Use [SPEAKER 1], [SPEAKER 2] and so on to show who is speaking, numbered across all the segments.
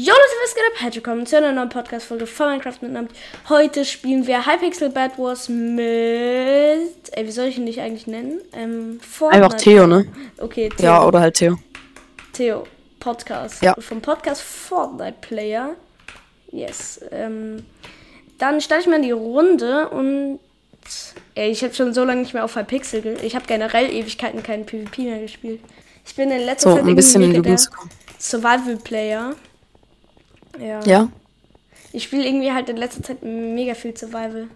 [SPEAKER 1] was geht ab? Herzlich willkommen zu einer neuen Podcast-Folge von Minecraft mit Namen. Heute spielen wir Hypixel Bad Wars mit. Ey, wie soll ich ihn nicht eigentlich nennen? Ähm, Fortnite.
[SPEAKER 2] Einfach Theo, ne?
[SPEAKER 1] Okay, Theo.
[SPEAKER 2] Ja, oder halt Theo.
[SPEAKER 1] Theo. Podcast.
[SPEAKER 2] Ja.
[SPEAKER 1] Vom Podcast Fortnite Player. Yes. Ähm, dann starte ich mal in die Runde und. Ey, ich habe schon so lange nicht mehr auf Hypixel. ge- Ich habe generell Ewigkeiten keinen PvP mehr gespielt. Ich bin in letzter
[SPEAKER 2] So,
[SPEAKER 1] Zeit
[SPEAKER 2] um ein bisschen in
[SPEAKER 1] irgendwie
[SPEAKER 2] die
[SPEAKER 1] wieder
[SPEAKER 2] Gänge zu kommen.
[SPEAKER 1] Survival Player. Ja.
[SPEAKER 2] Ja?
[SPEAKER 1] Ich spiele irgendwie halt in letzter Zeit mega viel Survival.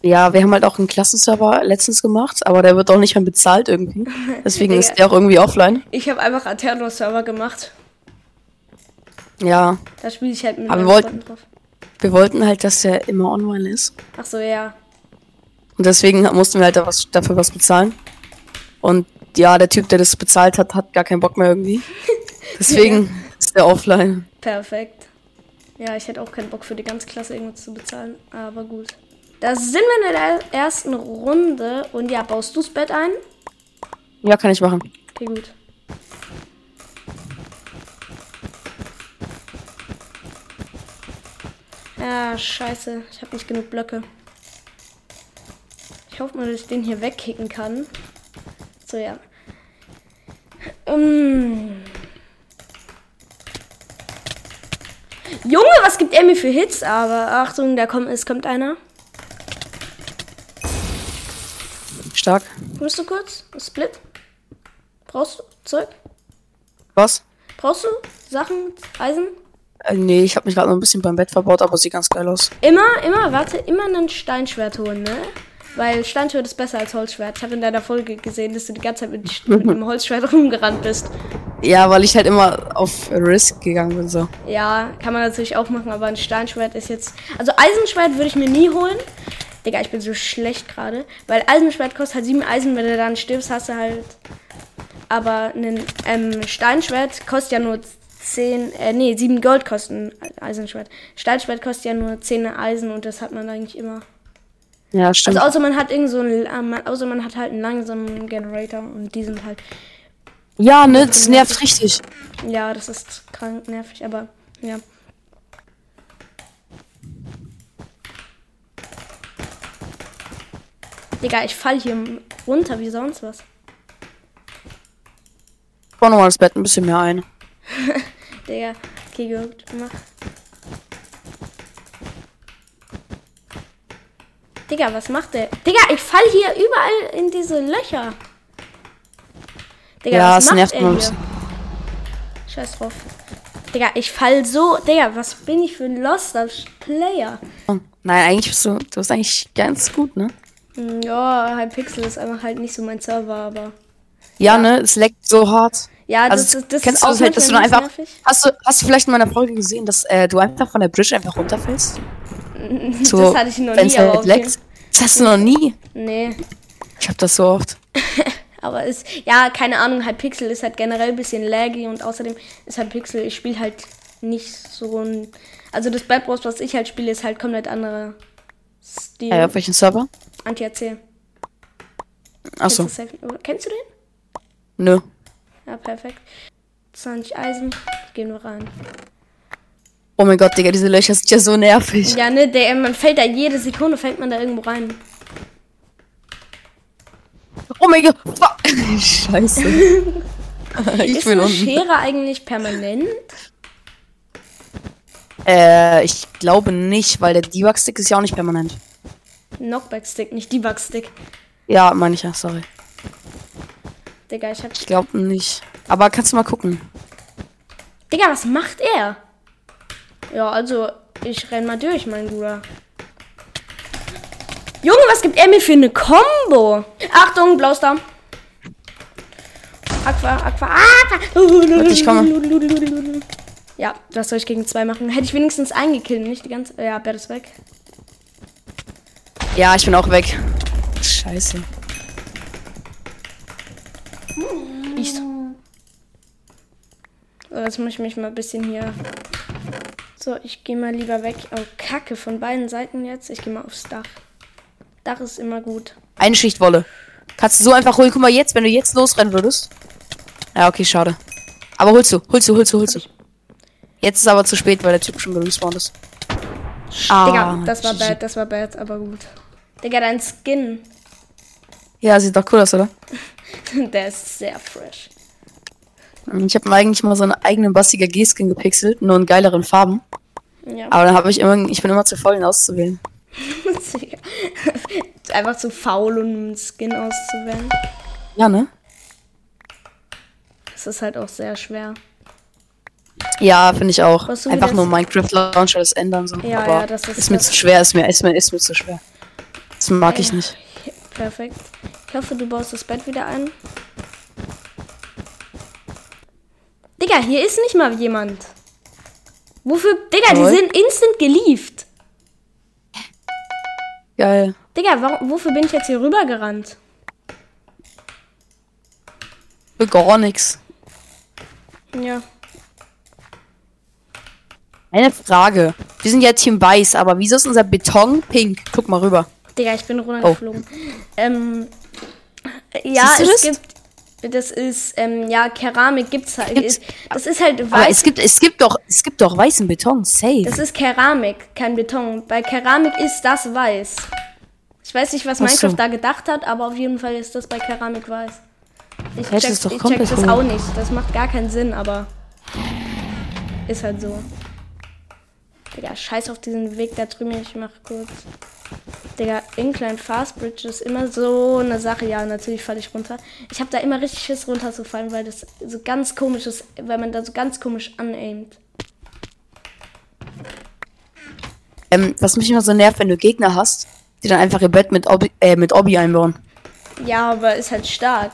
[SPEAKER 2] Ja, wir haben halt auch einen Klassenserver letztens gemacht, aber der wird auch nicht mehr bezahlt irgendwie. Deswegen
[SPEAKER 1] Digga.
[SPEAKER 2] ist der auch irgendwie offline.
[SPEAKER 1] Ich habe einfach Aterno-Server gemacht.
[SPEAKER 2] Ja,
[SPEAKER 1] Da spiele ich halt mit
[SPEAKER 2] Aber
[SPEAKER 1] meinen
[SPEAKER 2] wir wollten-
[SPEAKER 1] Freunden drauf.
[SPEAKER 2] wir wollten halt, dass der immer online ist.
[SPEAKER 1] Ach so, ja.
[SPEAKER 2] Und deswegen mussten wir halt da was, dafür was bezahlen. Und ja, der Typ, der das bezahlt hat, hat gar keinen Bock mehr irgendwie. Deswegen ist der offline.
[SPEAKER 1] Perfekt. Ja, ich hätte auch keinen Bock für die ganze Klasse irgendwas zu bezahlen, aber gut. Da sind wir in der ersten Runde und ja, baust du's Bett ein?
[SPEAKER 2] Ja, kann ich machen.
[SPEAKER 1] Okay, gut. Ah, scheiße. Ich habe nicht genug Blöcke. Ich hoffe mal, dass ich den hier wegkicken kann. So, ja. Ähm. Junge, was gibt er mir für Hits? Aber Achtung, da kommt, es kommt einer.
[SPEAKER 2] Stark.
[SPEAKER 1] Kommst du kurz? Split? Brauchst du Zeug?
[SPEAKER 2] Was?
[SPEAKER 1] Brauchst du Sachen? Eisen?
[SPEAKER 2] Äh, nee, ich habe mich gerade noch ein bisschen beim Bett verbaut, aber sieht ganz geil aus.
[SPEAKER 1] Immer, immer, warte, immer ein Steinschwert holen, ne? Weil Steinschwert ist besser als Holzschwert. Ich habe in deiner Folge gesehen, dass du die ganze Zeit mit, mit einem Holzschwert rumgerannt bist.
[SPEAKER 2] Ja, weil ich halt immer auf Risk gegangen bin, so.
[SPEAKER 1] Ja, kann man natürlich auch machen, aber ein Steinschwert ist jetzt. Also Eisenschwert würde ich mir nie holen. Digga, ich bin so schlecht gerade. Weil Eisenschwert kostet halt sieben Eisen, wenn du dann stirbst, hast du halt. Aber ein ähm, Steinschwert kostet ja nur zehn, äh, nee, sieben Gold kosten Eisenschwert. Steinschwert kostet ja nur zehn Eisen und das hat man eigentlich immer.
[SPEAKER 2] Ja, stimmt.
[SPEAKER 1] Also außer man hat irgend so einen, äh, man- außer man hat halt einen langsamen Generator und die sind halt,
[SPEAKER 2] Ja, ne, das nervt richtig.
[SPEAKER 1] ja, das ist krank nervig, aber ja. Digga, ich fall hier runter wie sonst was.
[SPEAKER 2] Ich baue nochmal das Bett ein bisschen mehr ein.
[SPEAKER 1] Digga, okay, gut, mach. Digga, was macht der? Digga, ich fall hier überall in diese Löcher. Digga,
[SPEAKER 2] Ja,
[SPEAKER 1] was
[SPEAKER 2] es
[SPEAKER 1] macht
[SPEAKER 2] nervt
[SPEAKER 1] er
[SPEAKER 2] immer ein
[SPEAKER 1] hier?
[SPEAKER 2] bisschen.
[SPEAKER 1] Scheiß drauf. Digga, ich fall so. Digga, was bin ich für ein loster Player?
[SPEAKER 2] Oh, Nein, eigentlich bist du, du bist eigentlich ganz gut, ne?
[SPEAKER 1] Hm, Ja, Hypixel ist einfach halt nicht so mein Server, aber.
[SPEAKER 2] Ja, ne, es leckt so hart.
[SPEAKER 1] Ja, Ah, das,
[SPEAKER 2] also,
[SPEAKER 1] ist- das
[SPEAKER 2] kennst
[SPEAKER 1] ist
[SPEAKER 2] du
[SPEAKER 1] auch
[SPEAKER 2] das halt, dass du dann
[SPEAKER 1] manchmal
[SPEAKER 2] einfach, hast du, hast du vielleicht in meiner Folge gesehen, dass äh, du einfach von der Bridge einfach runterfällst?
[SPEAKER 1] nervig.
[SPEAKER 2] So,
[SPEAKER 1] Das hatte ich noch
[SPEAKER 2] wenn's
[SPEAKER 1] nie, aber
[SPEAKER 2] halt
[SPEAKER 1] okay.
[SPEAKER 2] leckt. Das hast du noch nie.
[SPEAKER 1] Nee,
[SPEAKER 2] Ich hab das so oft.
[SPEAKER 1] Aber ist, ja, keine Ahnung, halt Pixel ist halt generell ein bisschen laggy und außerdem ist halt Pixel, ich spiele halt nicht so ein. Also das Bad Wars, was ich halt spiele, ist halt komplett anderer Stil.
[SPEAKER 2] Äh, auf welchen Server?
[SPEAKER 1] Anti-AC.
[SPEAKER 2] Achso,
[SPEAKER 1] Kennst du safe- oder- Kennst du den?
[SPEAKER 2] nö.
[SPEAKER 1] Ja, perfekt. 20 Eisen, gehen wir rein.
[SPEAKER 2] Oh mein Gott, Digga, diese Löcher sind ja so nervig.
[SPEAKER 1] Ja, ne, der, man fällt da jede Sekunde, fällt man da irgendwo rein.
[SPEAKER 2] Oh mein Gott. fuck. Scheiße. ich
[SPEAKER 1] ist
[SPEAKER 2] bin
[SPEAKER 1] eine
[SPEAKER 2] unten.
[SPEAKER 1] Schere eigentlich permanent?
[SPEAKER 2] Äh, ich glaube nicht, weil der Debug-Stick ist ja auch nicht permanent.
[SPEAKER 1] Knockback-Stick, nicht Debug-Stick.
[SPEAKER 2] Ja, meine ich ja, sorry.
[SPEAKER 1] Digga, ich hab.
[SPEAKER 2] Ich glaube nicht. Aber kannst du mal gucken.
[SPEAKER 1] Digga, was macht er? Ja, also, ich renn mal durch, mein Bruder. Junge, was gibt er mir für eine Combo? Achtung, Blauster. Aqua, Aqua, Aqua.
[SPEAKER 2] ich komme.
[SPEAKER 1] Ja, was soll ich gegen zwei machen? Hätte ich wenigstens eingekillt, nicht die ganze. Ja, Bär ist weg.
[SPEAKER 2] Ja, ich bin auch weg. Scheiße.
[SPEAKER 1] Ich. So, jetzt muss ich mich mal ein bisschen hier. So, ich gehe mal lieber weg. Oh, Kacke, von beiden Seiten jetzt. Ich gehe mal aufs Dach. Dach ist immer gut.
[SPEAKER 2] Eine Schicht Wolle. Kannst du so einfach holen. Guck mal jetzt, wenn du jetzt losrennen würdest. Ja, okay, schade. Aber holst du, holst du, holst du, holst du. Jetzt ist aber zu spät, weil der Typ schon gerespawnt ist. Ah,
[SPEAKER 1] Digga, das war
[SPEAKER 2] GG.
[SPEAKER 1] bad, das war bad, aber gut. Digga, dein Skin,
[SPEAKER 2] Ja, sieht doch cool aus, oder?
[SPEAKER 1] der ist sehr fresh.
[SPEAKER 2] Ich habe mir eigentlich mal so einen eigenen bassiger G-Skin gepixelt, nur in geileren Farben.
[SPEAKER 1] Ja,
[SPEAKER 2] Aber dann habe ich immer, ich bin immer zu faul, ihn auszuwählen.
[SPEAKER 1] Digga. Einfach zu faul, um einen Skin auszuwählen.
[SPEAKER 2] Ja, ne?
[SPEAKER 1] Das ist halt auch sehr schwer.
[SPEAKER 2] Ja, finde ich auch.
[SPEAKER 1] Was du
[SPEAKER 2] Einfach
[SPEAKER 1] wieder-
[SPEAKER 2] nur Minecraft Launcher das ändern so.
[SPEAKER 1] Ja,
[SPEAKER 2] aber
[SPEAKER 1] ja, das ist-
[SPEAKER 2] ist, mir
[SPEAKER 1] das-
[SPEAKER 2] zu schwer, ist mir, ist mir, ist mir zu schwer. Das mag ich nicht.
[SPEAKER 1] Ja, Perfekt. Ich hoffe, du baust das Bett wieder ein. Digga, hier ist nicht mal jemand. Wofür? Digga, die
[SPEAKER 2] Jawohl.
[SPEAKER 1] sind instant gelieft.
[SPEAKER 2] Geil.
[SPEAKER 1] Digga, warum, wofür bin ich jetzt hier rübergerannt?
[SPEAKER 2] Für gar nix.
[SPEAKER 1] Ja.
[SPEAKER 2] Eine Frage. Wir sind ja Team Weiß, aber wieso ist unser Beton pink? Guck mal rüber.
[SPEAKER 1] Digga, ich bin runtergeflogen. Ähm, ja,
[SPEAKER 2] Oh. Siehst du
[SPEAKER 1] es
[SPEAKER 2] das?
[SPEAKER 1] gibt. Das ist, ähm, ja, Keramik gibt's halt.
[SPEAKER 2] Gibt's-
[SPEAKER 1] das ist halt
[SPEAKER 2] Aber
[SPEAKER 1] weiß.
[SPEAKER 2] es gibt, es gibt doch, es gibt doch weißen Beton. Safe.
[SPEAKER 1] Das ist Keramik, kein Beton. Bei Keramik ist das weiß. Ich weiß nicht, was
[SPEAKER 2] Ach
[SPEAKER 1] Minecraft
[SPEAKER 2] so.
[SPEAKER 1] da gedacht hat, aber auf jeden Fall ist das bei Keramik weiß. Ich
[SPEAKER 2] Das
[SPEAKER 1] check,
[SPEAKER 2] ist doch
[SPEAKER 1] ich check
[SPEAKER 2] komplett
[SPEAKER 1] das
[SPEAKER 2] cool.
[SPEAKER 1] auch nicht. Das macht gar keinen Sinn, aber ist halt so. Digga, scheiß auf diesen Weg da drüben. Ich mach kurz. Digga, Incline Fast Bridge ist immer so eine Sache. Ja, natürlich falle ich runter. Ich habe da immer richtig Schiss runterzufallen, weil das so ganz komisch ist, weil man da so ganz komisch anaimt.
[SPEAKER 2] Ähm, was mich immer so nervt, wenn du Gegner hast, die dann einfach ihr Bett mit Obi, äh, mit Obi einbauen.
[SPEAKER 1] Ja, aber ist halt stark.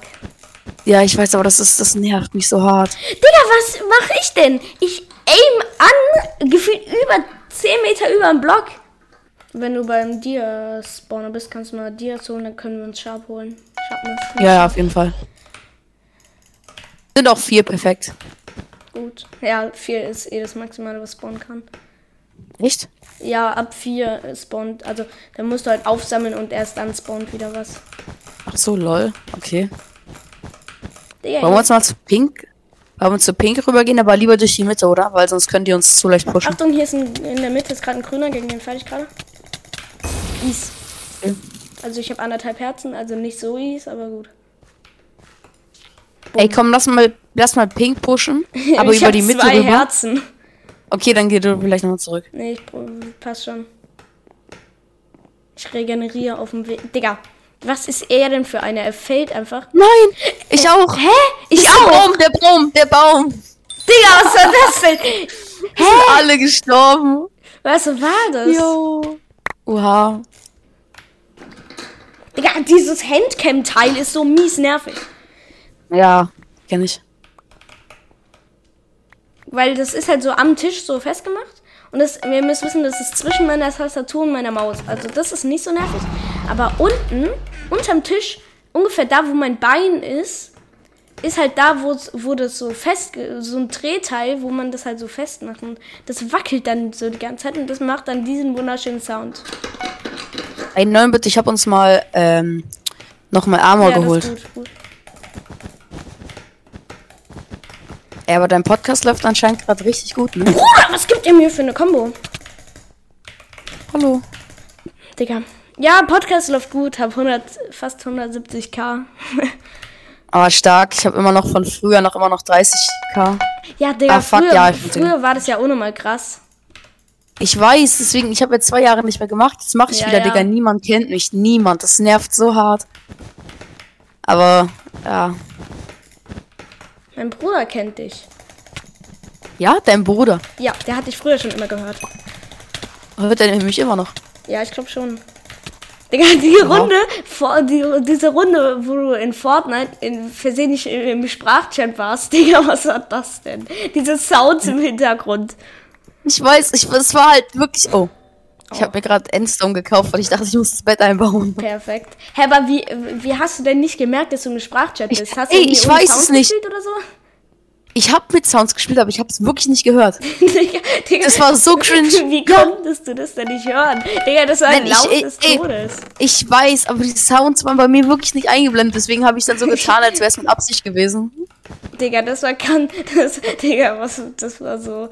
[SPEAKER 2] Ja, ich weiß, aber das ist, das nervt mich so hart.
[SPEAKER 1] Digga, was mache ich denn? Ich aim an, gefühlt über 10 Meter über den Block. Wenn du beim Dia-Spawner bist, kannst du mal Dias holen, dann können wir uns Sharp holen. Sharpness.
[SPEAKER 2] Ja, ja, auf jeden Fall. Sind auch vier perfekt.
[SPEAKER 1] Gut. Ja, 4 ist eh das Maximale, was spawnen kann.
[SPEAKER 2] Echt?
[SPEAKER 1] Ja, ab 4 spawnt. Also, dann musst du halt aufsammeln und erst dann spawnt wieder was.
[SPEAKER 2] Ach so, lol. Okay.
[SPEAKER 1] Digga,
[SPEAKER 2] Wollen wir
[SPEAKER 1] hier-
[SPEAKER 2] uns mal zu Pink? Wollen wir zu Pink rübergehen, aber lieber durch die Mitte, oder? Weil sonst können die uns zu leicht pushen.
[SPEAKER 1] Achtung, hier ist ein, in der Mitte ist gerade ein grüner, gegen den falle ich gerade. Ease.
[SPEAKER 2] Okay.
[SPEAKER 1] Also, ich habe anderthalb Herzen, also nicht so ease, aber gut.
[SPEAKER 2] Ey, komm, lass mal, lass mal Pink pushen, aber
[SPEAKER 1] ich
[SPEAKER 2] über
[SPEAKER 1] hab
[SPEAKER 2] die Mitte
[SPEAKER 1] zwei
[SPEAKER 2] rüber.
[SPEAKER 1] Herzen.
[SPEAKER 2] Okay, dann geh du vielleicht nochmal zurück.
[SPEAKER 1] Nee, ich prob- passt schon. Ich regeneriere auf dem Weg. Digga, was ist er denn für einer? Er fällt einfach.
[SPEAKER 2] Nein, ich auch.
[SPEAKER 1] Hä? Ich
[SPEAKER 2] Ich
[SPEAKER 1] auch.
[SPEAKER 2] auch. Der Baum, der Baum, der Baum.
[SPEAKER 1] Digga, was war das denn?
[SPEAKER 2] Hä? Alle gestorben.
[SPEAKER 1] Was war das?
[SPEAKER 2] Jo. Uha.
[SPEAKER 1] Digga, dieses Handcam-Teil ist so mies nervig.
[SPEAKER 2] Ja, kenn ich.
[SPEAKER 1] Weil das ist halt so am Tisch so festgemacht. Und das, wir müssen wissen, das ist zwischen meiner Tastatur und meiner Maus. Also das ist nicht so nervig. Aber unten, unterm Tisch, ungefähr da, wo mein Bein ist, ist halt da, wo, es- wo das so fest, so ein Drehteil, wo man das halt so festmacht. Und das wackelt dann so die ganze Zeit und das macht dann diesen wunderschönen Sound.
[SPEAKER 2] Ein neuen bitte, ich hab uns mal ähm, nochmal Armor
[SPEAKER 1] das
[SPEAKER 2] geholt.
[SPEAKER 1] ist gut, gut.
[SPEAKER 2] Ey, aber dein Podcast läuft anscheinend gerade richtig gut, ne?
[SPEAKER 1] Bruder, was gibt ihr mir für eine Kombo?
[SPEAKER 2] Hallo.
[SPEAKER 1] Digga. Ja, Podcast läuft gut, hab 100, fast 170k.
[SPEAKER 2] Aber stark, ich habe immer noch von früher noch immer noch 30k.
[SPEAKER 1] Ja, Digga,
[SPEAKER 2] Ah, fuck,
[SPEAKER 1] früher,
[SPEAKER 2] ja, ich bin
[SPEAKER 1] früher war das ja ohne mal krass.
[SPEAKER 2] Ich weiß, deswegen, ich habe jetzt zwei Jahre nicht mehr gemacht. Jetzt mache ich
[SPEAKER 1] Ja,
[SPEAKER 2] wieder,
[SPEAKER 1] ja.
[SPEAKER 2] Digga. Niemand kennt mich. Niemand. Das nervt so hart. Aber, ja.
[SPEAKER 1] Mein Bruder kennt dich.
[SPEAKER 2] Ja, dein Bruder.
[SPEAKER 1] Ja, der hat dich früher schon immer gehört.
[SPEAKER 2] Hört er mich immer noch?
[SPEAKER 1] Ja, ich glaube schon. Digga, die
[SPEAKER 2] Wow.
[SPEAKER 1] Runde, vor, die, diese Runde, wo du in Fortnite in, versehentlich im Sprachchat warst, Digga, was war das denn? Diese Sounds im Hintergrund.
[SPEAKER 2] Ich weiß, ich, es war halt wirklich. Oh. Ich habe mir gerade Endstone gekauft, weil ich dachte, ich muss das Bett einbauen.
[SPEAKER 1] Perfekt. Hä, aber wie, wie hast du denn nicht gemerkt, dass du im Sprachchat bist? Hast du
[SPEAKER 2] ey,
[SPEAKER 1] irgendwie
[SPEAKER 2] ich
[SPEAKER 1] ohne
[SPEAKER 2] weiß
[SPEAKER 1] Sound
[SPEAKER 2] es nicht.
[SPEAKER 1] gespielt Oder so?
[SPEAKER 2] Ich habe mit Sounds gespielt, aber ich habe es wirklich nicht gehört.
[SPEAKER 1] Digga, Digga,
[SPEAKER 2] Das war so cringe.
[SPEAKER 1] Wie konntest du das denn nicht hören? Digga, das war ein
[SPEAKER 2] Nein, ich-
[SPEAKER 1] Laut
[SPEAKER 2] ey,
[SPEAKER 1] des
[SPEAKER 2] ey.
[SPEAKER 1] Todes.
[SPEAKER 2] Ich weiß, aber die Sounds waren bei mir wirklich nicht eingeblendet. Deswegen habe ich dann so getan, als wäre es mit Absicht gewesen.
[SPEAKER 1] Digga, das war kann. Das, Digga, was, das war so.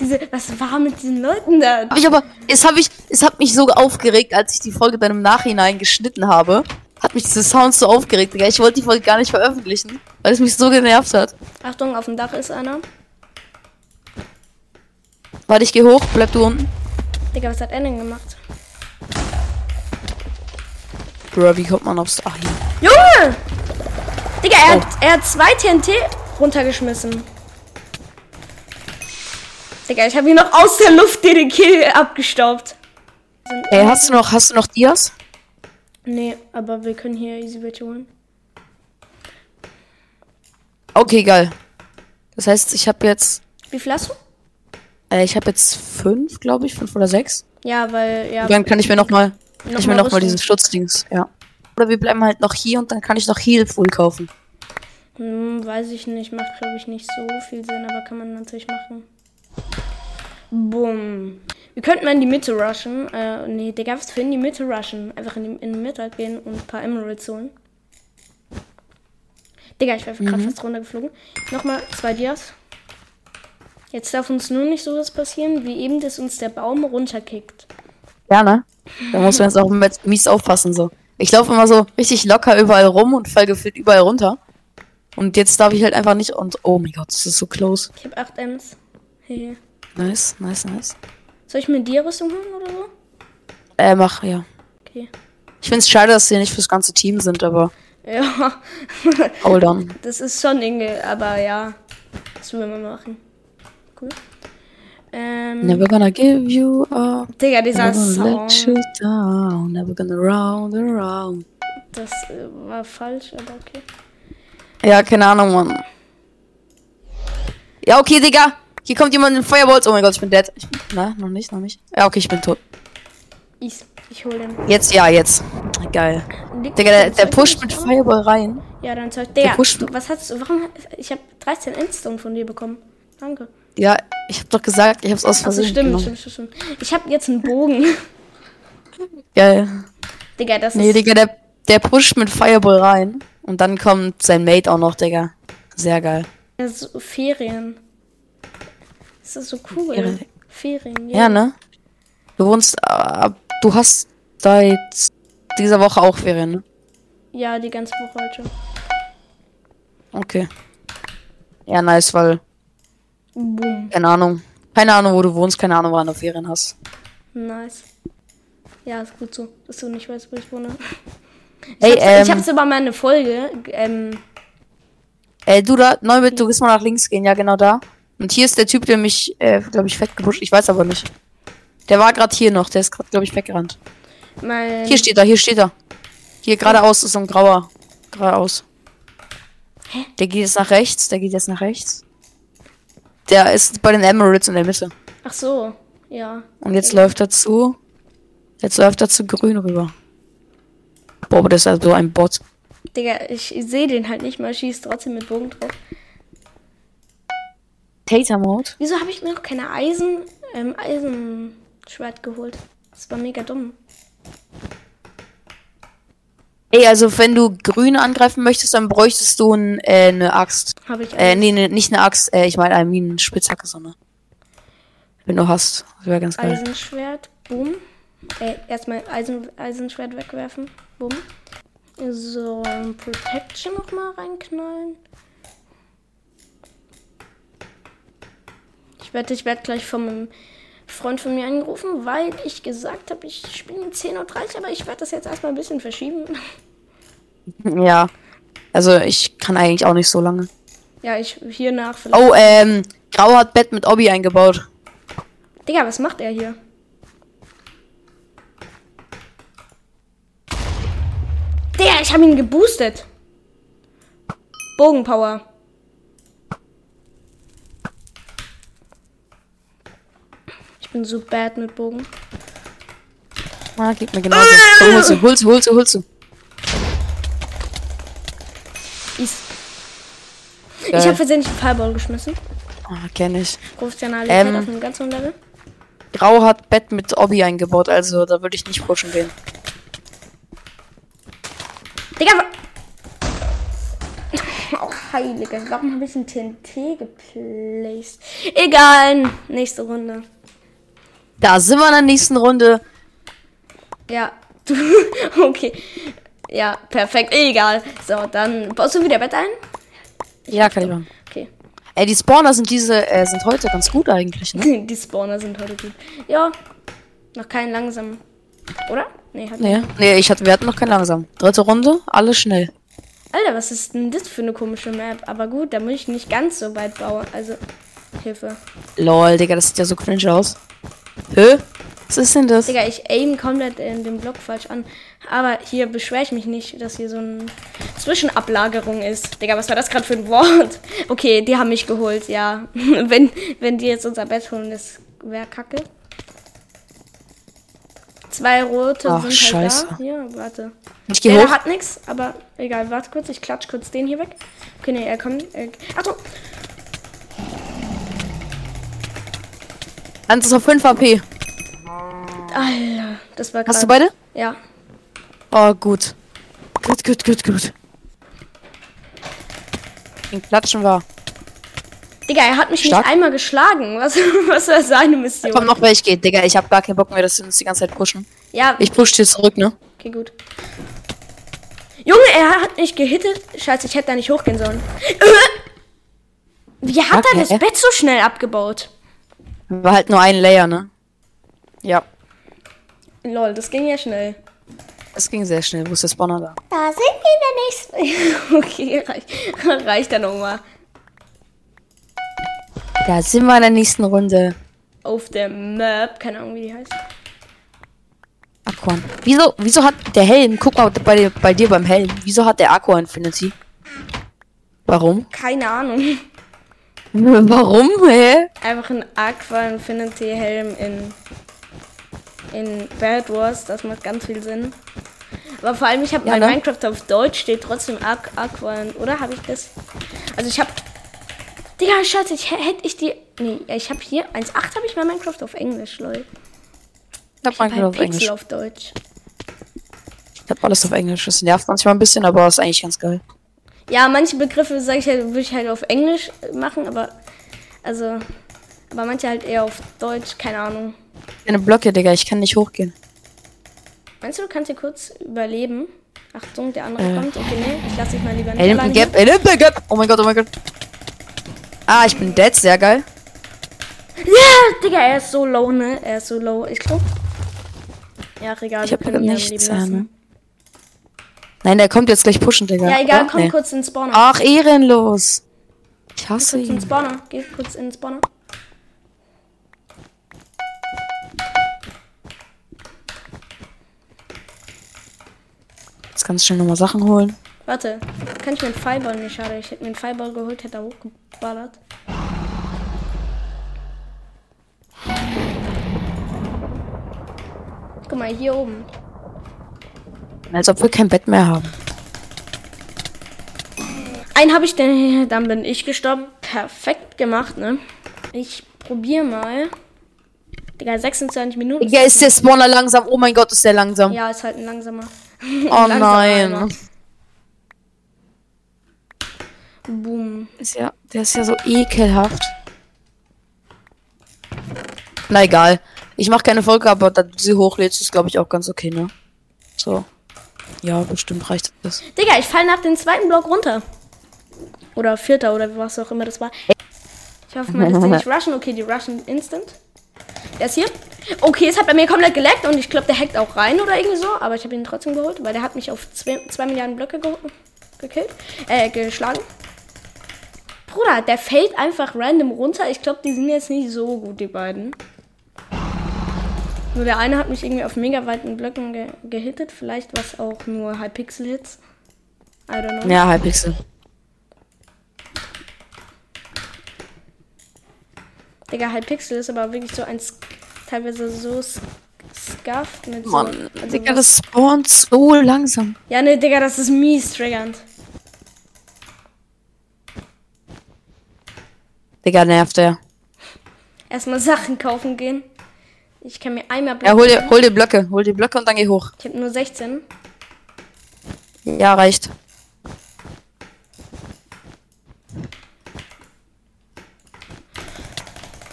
[SPEAKER 1] Diese, was war mit diesen Leuten da?
[SPEAKER 2] Hab ich aber, es habe ich, es hat mich so aufgeregt, als ich die Folge dann im Nachhinein geschnitten habe. Hat mich diese Sounds so aufgeregt, Digga. Ich wollte die Folge gar nicht veröffentlichen, weil es mich so genervt hat.
[SPEAKER 1] Achtung, auf dem Dach ist einer.
[SPEAKER 2] Warte, ich gehe hoch, bleib du unten.
[SPEAKER 1] Digga, was hat er denn gemacht?
[SPEAKER 2] Bro, wie kommt man aufs. Ach, hier.
[SPEAKER 1] Junge! Digga, er, hat, er hat zwei TNT runtergeschmissen. Digga, ich habe ihn noch aus der Luft den Kill abgestaubt.
[SPEAKER 2] Ey, hast du noch, hast du noch Dias?
[SPEAKER 1] Nee, aber wir können hier easy welche holen.
[SPEAKER 2] Okay, geil. Das heißt, ich habe jetzt,
[SPEAKER 1] Wie viel hast du?
[SPEAKER 2] äh, ich habe jetzt fünf, glaube ich, fünf oder sechs.
[SPEAKER 1] Ja, weil, ja.
[SPEAKER 2] Dann kann ich mir nochmal,
[SPEAKER 1] Noch
[SPEAKER 2] kann ich mir
[SPEAKER 1] mal
[SPEAKER 2] nochmal
[SPEAKER 1] rüsten.
[SPEAKER 2] diesen Schutzdings, ja. Oder wir bleiben halt noch hier und dann kann ich noch Heal Full kaufen.
[SPEAKER 1] Hm, weiß ich nicht, macht glaube ich nicht so viel Sinn, aber kann man natürlich machen. Bumm. Wir könnten mal in die Mitte rushen. Äh, nee, Digga, was für in die Mitte rushen? Einfach in die, in die Mitte gehen und ein paar Emeralds holen. Digga, ich wäre gerade fast runtergeflogen. Nochmal zwei Dias. Jetzt darf uns nur nicht sowas passieren, wie eben, dass uns der Baum runterkickt.
[SPEAKER 2] Ja, ne? Da muss man jetzt auch mit mies aufpassen, so. Ich laufe immer so richtig locker überall rum und fall gefühlt überall runter. Und jetzt darf ich halt einfach nicht und, oh mein Gott, das ist so close.
[SPEAKER 1] Ich habe 8 Ms. Hehe.
[SPEAKER 2] Nice, nice, nice.
[SPEAKER 1] Soll ich mir Dia-Rüstung holen oder so?
[SPEAKER 2] Äh, mach, ja.
[SPEAKER 1] Okay.
[SPEAKER 2] Ich find's schade, dass sie nicht fürs ganze Team sind, aber
[SPEAKER 1] Ja.
[SPEAKER 2] hold on.
[SPEAKER 1] Das ist schon Inge, aber ja. Das will man machen. Cool. Ähm,
[SPEAKER 2] Never gonna give you up.
[SPEAKER 1] Digga, dieser
[SPEAKER 2] Never
[SPEAKER 1] Song,
[SPEAKER 2] gonna let you down. Never gonna round and round.
[SPEAKER 1] das äh, war falsch, aber okay.
[SPEAKER 2] Ja, keine Ahnung, Mann. Ja, okay, Digga. Hier kommt jemand in Fireballs. Oh mein Gott, ich bin dead. Ich bin, na, noch nicht, noch nicht. Ja, okay, ich bin tot.
[SPEAKER 1] Ich, ich hole den.
[SPEAKER 2] Jetzt, ja, jetzt. Geil.
[SPEAKER 1] Liegt
[SPEAKER 2] Digga, der,
[SPEAKER 1] dein
[SPEAKER 2] der
[SPEAKER 1] Zeug
[SPEAKER 2] pusht
[SPEAKER 1] nicht
[SPEAKER 2] mit
[SPEAKER 1] drauf?
[SPEAKER 2] Fireball rein.
[SPEAKER 1] Ja, dann Zeug. Digga,
[SPEAKER 2] pusht-
[SPEAKER 1] du, was hast du, warum, ich habe 13 Endstone von dir bekommen. Danke.
[SPEAKER 2] Ja, ich hab doch gesagt, ich hab's aus
[SPEAKER 1] Also
[SPEAKER 2] Versehen.
[SPEAKER 1] stimmt,
[SPEAKER 2] genommen.
[SPEAKER 1] stimmt, stimmt, stimmt. Ich habe jetzt einen Bogen.
[SPEAKER 2] Geil.
[SPEAKER 1] Digga, das
[SPEAKER 2] Nee,
[SPEAKER 1] ist,
[SPEAKER 2] Digga, der, der pusht mit Fireball rein. Und dann kommt sein Mate auch noch, Digga. Sehr geil.
[SPEAKER 1] das ist so Ferien. Das ist so cool.
[SPEAKER 2] Ja.
[SPEAKER 1] Ferien,
[SPEAKER 2] Ja, ne? Du wohnst, äh, du hast seit dieser Woche auch Ferien, ne?
[SPEAKER 1] Ja, die ganze Woche halt heute.
[SPEAKER 2] Okay. Ja, nice, weil,
[SPEAKER 1] Boom.
[SPEAKER 2] keine Ahnung. Keine Ahnung, wo du wohnst, keine Ahnung, wann du Ferien hast.
[SPEAKER 1] Nice. Ja, ist gut so, dass du nicht weißt, wo ich wohne.
[SPEAKER 2] Hey,
[SPEAKER 1] ich, hab's, ich
[SPEAKER 2] ähm,
[SPEAKER 1] hab's über meine Folge. Ähm,
[SPEAKER 2] Ey, Äh, du da, Neubit, du kannst mal nach links gehen, ja, genau da. Und hier ist der Typ, der mich, äh, glaube ich, weggepusht. Ich weiß aber nicht. Der war gerade hier noch, der ist gerade, glaube ich, weggerannt.
[SPEAKER 1] mein,
[SPEAKER 2] Hier steht er, hier steht er. Hier geradeaus ist so ein grauer. Geradeaus.
[SPEAKER 1] Hä?
[SPEAKER 2] Der geht jetzt nach rechts, der geht jetzt nach rechts. Der ist bei den Emirates in der Mitte.
[SPEAKER 1] Ach so, ja.
[SPEAKER 2] Und jetzt läuft er zu. Jetzt läuft er zu grün rüber. Boah, aber das ist also ein Bot.
[SPEAKER 1] Digga, ich sehe den halt nicht mal, schieß trotzdem mit Bogen drauf.
[SPEAKER 2] Tater Mode?
[SPEAKER 1] Wieso habe ich mir noch keine Eisen, ähm, Eisenschwert geholt? Das war mega dumm.
[SPEAKER 2] Ey, also wenn du grün angreifen möchtest, dann bräuchtest du ein, äh, eine Axt.
[SPEAKER 1] Habe ich
[SPEAKER 2] Äh,
[SPEAKER 1] alles.
[SPEAKER 2] nee, nee, nicht eine Axt, äh, ich meine I mean, eine Spitzhacke, sondern. Wenn du hast. Das wäre ganz geil.
[SPEAKER 1] Eisenschwert, boom. Äh, erstmal Eisen, Eisenschwert wegwerfen, boom. So, ähm, Protection nochmal reinknallen. Ich wette, ich werde gleich von einem Freund von mir angerufen, weil ich gesagt habe, ich spiele um 10.30 Uhr, aber ich werde das jetzt erstmal ein bisschen verschieben.
[SPEAKER 2] Ja. Also ich kann eigentlich auch nicht so lange.
[SPEAKER 1] ja, ich hier nach vielleicht.
[SPEAKER 2] Oh, ähm, Grau hat Bett mit Obby eingebaut.
[SPEAKER 1] Digga, was macht er hier? Digga, ich habe ihn geboostet. Bogenpower. Ich bin so bad mit Bogen.
[SPEAKER 2] Ah, geht mir genauso. Komm, holst du, holst du, holst du, holst du.
[SPEAKER 1] Is. Ich habe versehentlich einen Fireball geschmissen.
[SPEAKER 2] Ah, kenn ich.
[SPEAKER 1] Professionalität
[SPEAKER 2] Ähm.
[SPEAKER 1] auf einem ganz hohen Level.
[SPEAKER 2] Grau hat Bett mit Obby eingebaut, also da würde ich nicht pushen gehen.
[SPEAKER 1] Digga, wa- Oh, heiliger. Ich glaube, ein bisschen TNT geplaced. Egal. Nächste Runde.
[SPEAKER 2] Da sind wir in der nächsten Runde.
[SPEAKER 1] Ja. Du, okay. Ja, perfekt. Egal. So, dann baust du wieder Bett ein?
[SPEAKER 2] Ja, kann ich machen.
[SPEAKER 1] Okay.
[SPEAKER 2] Ey, die Spawner sind diese, äh, sind heute ganz gut eigentlich, ne?
[SPEAKER 1] Die Spawner sind heute gut. Ja. Noch keinen langsamen. Oder? Nee, hat
[SPEAKER 2] Nee. Nee, ich hatte, wir hatten noch kein langsam. Dritte Runde, alles schnell.
[SPEAKER 1] Alter, was ist denn das für eine komische Map? Aber gut, da muss ich nicht ganz so weit bauen. Also, Hilfe.
[SPEAKER 2] Lol, Digga, das sieht ja so cringe aus. Hä? Was ist denn das?
[SPEAKER 1] Digga, ich aim komplett in dem Block falsch an. Aber hier beschwere ich mich nicht, dass hier so eine Zwischenablagerung ist. Digga, was war das gerade für ein Wort? Okay, die haben mich geholt, ja. wenn, wenn die jetzt unser Bett holen, das wäre kacke. Zwei rote
[SPEAKER 2] Ach,
[SPEAKER 1] sind
[SPEAKER 2] scheiße.
[SPEAKER 1] halt da. Hier, warte.
[SPEAKER 2] Ich geh
[SPEAKER 1] Der
[SPEAKER 2] hoch.
[SPEAKER 1] hat nix, aber egal, warte kurz, ich klatsch kurz den hier weg. Okay, nee, er kommt. Er, achso,
[SPEAKER 2] Hans ist auf 5 AP.
[SPEAKER 1] Alter, das war krass.
[SPEAKER 2] Hast du beide?
[SPEAKER 1] Ja.
[SPEAKER 2] Oh, gut. Gut, gut, gut, gut. Den Klatschen war.
[SPEAKER 1] Digga, er hat mich
[SPEAKER 2] Stark.
[SPEAKER 1] nicht einmal geschlagen. Was, was war seine Mission?
[SPEAKER 2] Komm noch welche geht, Digga. Ich hab gar keinen Bock mehr, dass wir uns die ganze Zeit pushen.
[SPEAKER 1] Ja,
[SPEAKER 2] Ich push dir zurück, ne?
[SPEAKER 1] okay, gut. Junge, er hat mich gehittet. Scheiße, ich hätte da nicht hochgehen sollen. Äh! Wie hat er
[SPEAKER 2] Okay.
[SPEAKER 1] das Bett so schnell abgebaut?
[SPEAKER 2] War halt nur ein Layer, ne? Ja.
[SPEAKER 1] Lol, das ging ja schnell.
[SPEAKER 2] Es ging sehr schnell. Wo ist der Spawner da?
[SPEAKER 1] Da sind wir in der nächsten. okay, reicht, reicht dann nochmal.
[SPEAKER 2] Da sind wir in der nächsten Runde.
[SPEAKER 1] Auf der Map, keine Ahnung, wie die heißt.
[SPEAKER 2] Aquan. Wieso, wieso hat der Helm, guck mal bei dir, bei dir beim Helm, wieso hat der Aqua Infinity? Warum?
[SPEAKER 1] Keine Ahnung.
[SPEAKER 2] Warum, hä?
[SPEAKER 1] einfach ein Aqua Infinity Helm in, in Bad Wars. Das macht ganz viel Sinn. Aber vor allem, ich habe
[SPEAKER 2] Ja,
[SPEAKER 1] mein
[SPEAKER 2] ne?
[SPEAKER 1] Minecraft auf Deutsch steht trotzdem Aqu Aqua, in- oder? Habe ich das? Also ich habe... Digga, scheiße, ich, hä- hätte ich die... Nee, ich habe hier 1.8 habe ich mein Minecraft auf Englisch, lol.
[SPEAKER 2] Ich hab Minecraft
[SPEAKER 1] Bei
[SPEAKER 2] auf
[SPEAKER 1] Pixel
[SPEAKER 2] Englisch.
[SPEAKER 1] auf Deutsch.
[SPEAKER 2] Ich hab alles auf Englisch. Das nervt manchmal ein bisschen, aber ist eigentlich ganz geil.
[SPEAKER 1] Ja, manche Begriffe, sage ich halt, würde ich halt auf Englisch machen, aber... Also... Aber manche halt eher auf Deutsch, keine Ahnung.
[SPEAKER 2] Deine Blöcke, Digga, ich kann nicht hochgehen.
[SPEAKER 1] Meinst du, du kannst hier kurz überleben? Achtung, der andere kommt. Okay, nee, ich lasse dich mal lieber nicht
[SPEAKER 2] Er nimmt
[SPEAKER 1] alleine.
[SPEAKER 2] ein Äh. Gap, er nimmt ein Gap. Oh mein Gott, oh mein Gott. Ah, ich bin dead, sehr geil.
[SPEAKER 1] Ja, Digga, er ist so low, ne? Er ist so low. Ich glaub. Ja, ach, egal,
[SPEAKER 2] Ich hab
[SPEAKER 1] wir können ihn am
[SPEAKER 2] nichts,
[SPEAKER 1] Leben lassen.
[SPEAKER 2] ähm. Nein, der kommt jetzt gleich pushen, Digga.
[SPEAKER 1] Ja, egal,
[SPEAKER 2] oder?
[SPEAKER 1] komm
[SPEAKER 2] Nee.
[SPEAKER 1] kurz in den Spawner.
[SPEAKER 2] Ach, ehrenlos. Ich hasse
[SPEAKER 1] Kurz in den
[SPEAKER 2] ihn.
[SPEAKER 1] Spawner. Geh kurz in den Spawner.
[SPEAKER 2] Jetzt ganz schnell nochmal Sachen holen.
[SPEAKER 1] Warte, kann ich mir einen Fireball nicht schade? Ich hätte mir einen Fireball geholt, hätte er hochgeballert. Guck mal, hier oben.
[SPEAKER 2] Als ob wir kein Bett mehr haben.
[SPEAKER 1] Einen habe ich, denn, dann bin ich gestorben. Perfekt gemacht, ne? Ich probier mal. Digga, 26 Minuten.
[SPEAKER 2] Ja, ist der Spawner langsam. Oh mein Gott, ist der langsam.
[SPEAKER 1] Ja, ist halt ein langsamer.
[SPEAKER 2] oh
[SPEAKER 1] langsamer
[SPEAKER 2] nein.
[SPEAKER 1] einer. Boom.
[SPEAKER 2] Ist ja, der ist ja so ekelhaft. Na egal. Ich mache keine Folge, aber da du sie hochlädst, ist glaube ich auch ganz okay, ne? So. Ja, bestimmt reicht das.
[SPEAKER 1] Digga, ich falle nach dem zweiten Block runter. Oder vierter oder was auch immer das war. Ich hoffe mal, dass die nicht rushen. Okay, die rushen instant. Der ist hier. Okay, es hat bei mir komplett geleckt und ich glaube, der hackt auch rein oder irgendwie so. Aber ich habe ihn trotzdem geholt, weil der hat mich auf 2 Milliarden Blöcke ge gekillt. Äh, geschlagen. Bruder, der fällt einfach random runter. Ich glaube, die sind jetzt nicht so gut, die beiden. Nur der eine hat mich irgendwie auf mega weiten Blöcken ge gehittet. Vielleicht was auch nur Hypixel-Hits. I don't know.
[SPEAKER 2] Ja, Halbpixel.
[SPEAKER 1] Digga, Hypixel ist aber wirklich so ein Sk- teilweise so sk- scuffed mit
[SPEAKER 2] Mann,
[SPEAKER 1] so. Also
[SPEAKER 2] Digga,
[SPEAKER 1] was-
[SPEAKER 2] das spawnt so langsam.
[SPEAKER 1] ja, ne, Digga, das ist mies triggernd.
[SPEAKER 2] Digga, nervt der.
[SPEAKER 1] Erstmal Sachen kaufen gehen. Ich kann mir einmal
[SPEAKER 2] Ja, hol dir, hol dir Blöcke. Hol dir Blöcke und dann geh hoch.
[SPEAKER 1] Ich habe nur 16.
[SPEAKER 2] Ja, reicht.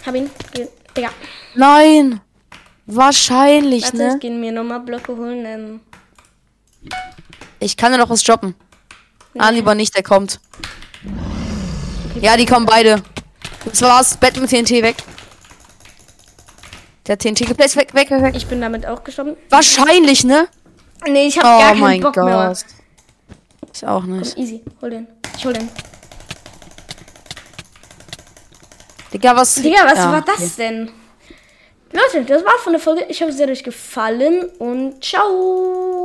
[SPEAKER 1] Hab ihn. Ge Digga.
[SPEAKER 2] Nein! Wahrscheinlich,
[SPEAKER 1] Warte,
[SPEAKER 2] ne?
[SPEAKER 1] ich geh mir nochmal Blöcke holen. Dann
[SPEAKER 2] Ich kann dir noch was droppen. Ah, lieber nicht, der kommt. Ja, die kommen beide. Das war's. Bett mit TNT weg. Der TNT geplätzt weg, weg, weg, weg.
[SPEAKER 1] ich bin damit auch gestorben.
[SPEAKER 2] Wahrscheinlich, ne?
[SPEAKER 1] Nee, ich habe
[SPEAKER 2] Oh
[SPEAKER 1] gar keinen
[SPEAKER 2] mein
[SPEAKER 1] Bock mehr.
[SPEAKER 2] Gott. Ich auch nicht.
[SPEAKER 1] Easy, hol den. Ich hol den.
[SPEAKER 2] Digga, was.
[SPEAKER 1] Digga, was
[SPEAKER 2] Ja,
[SPEAKER 1] war das
[SPEAKER 2] okay.
[SPEAKER 1] denn? Leute, das war's von der Folge. Ich hoffe, es hat euch gefallen und ciao.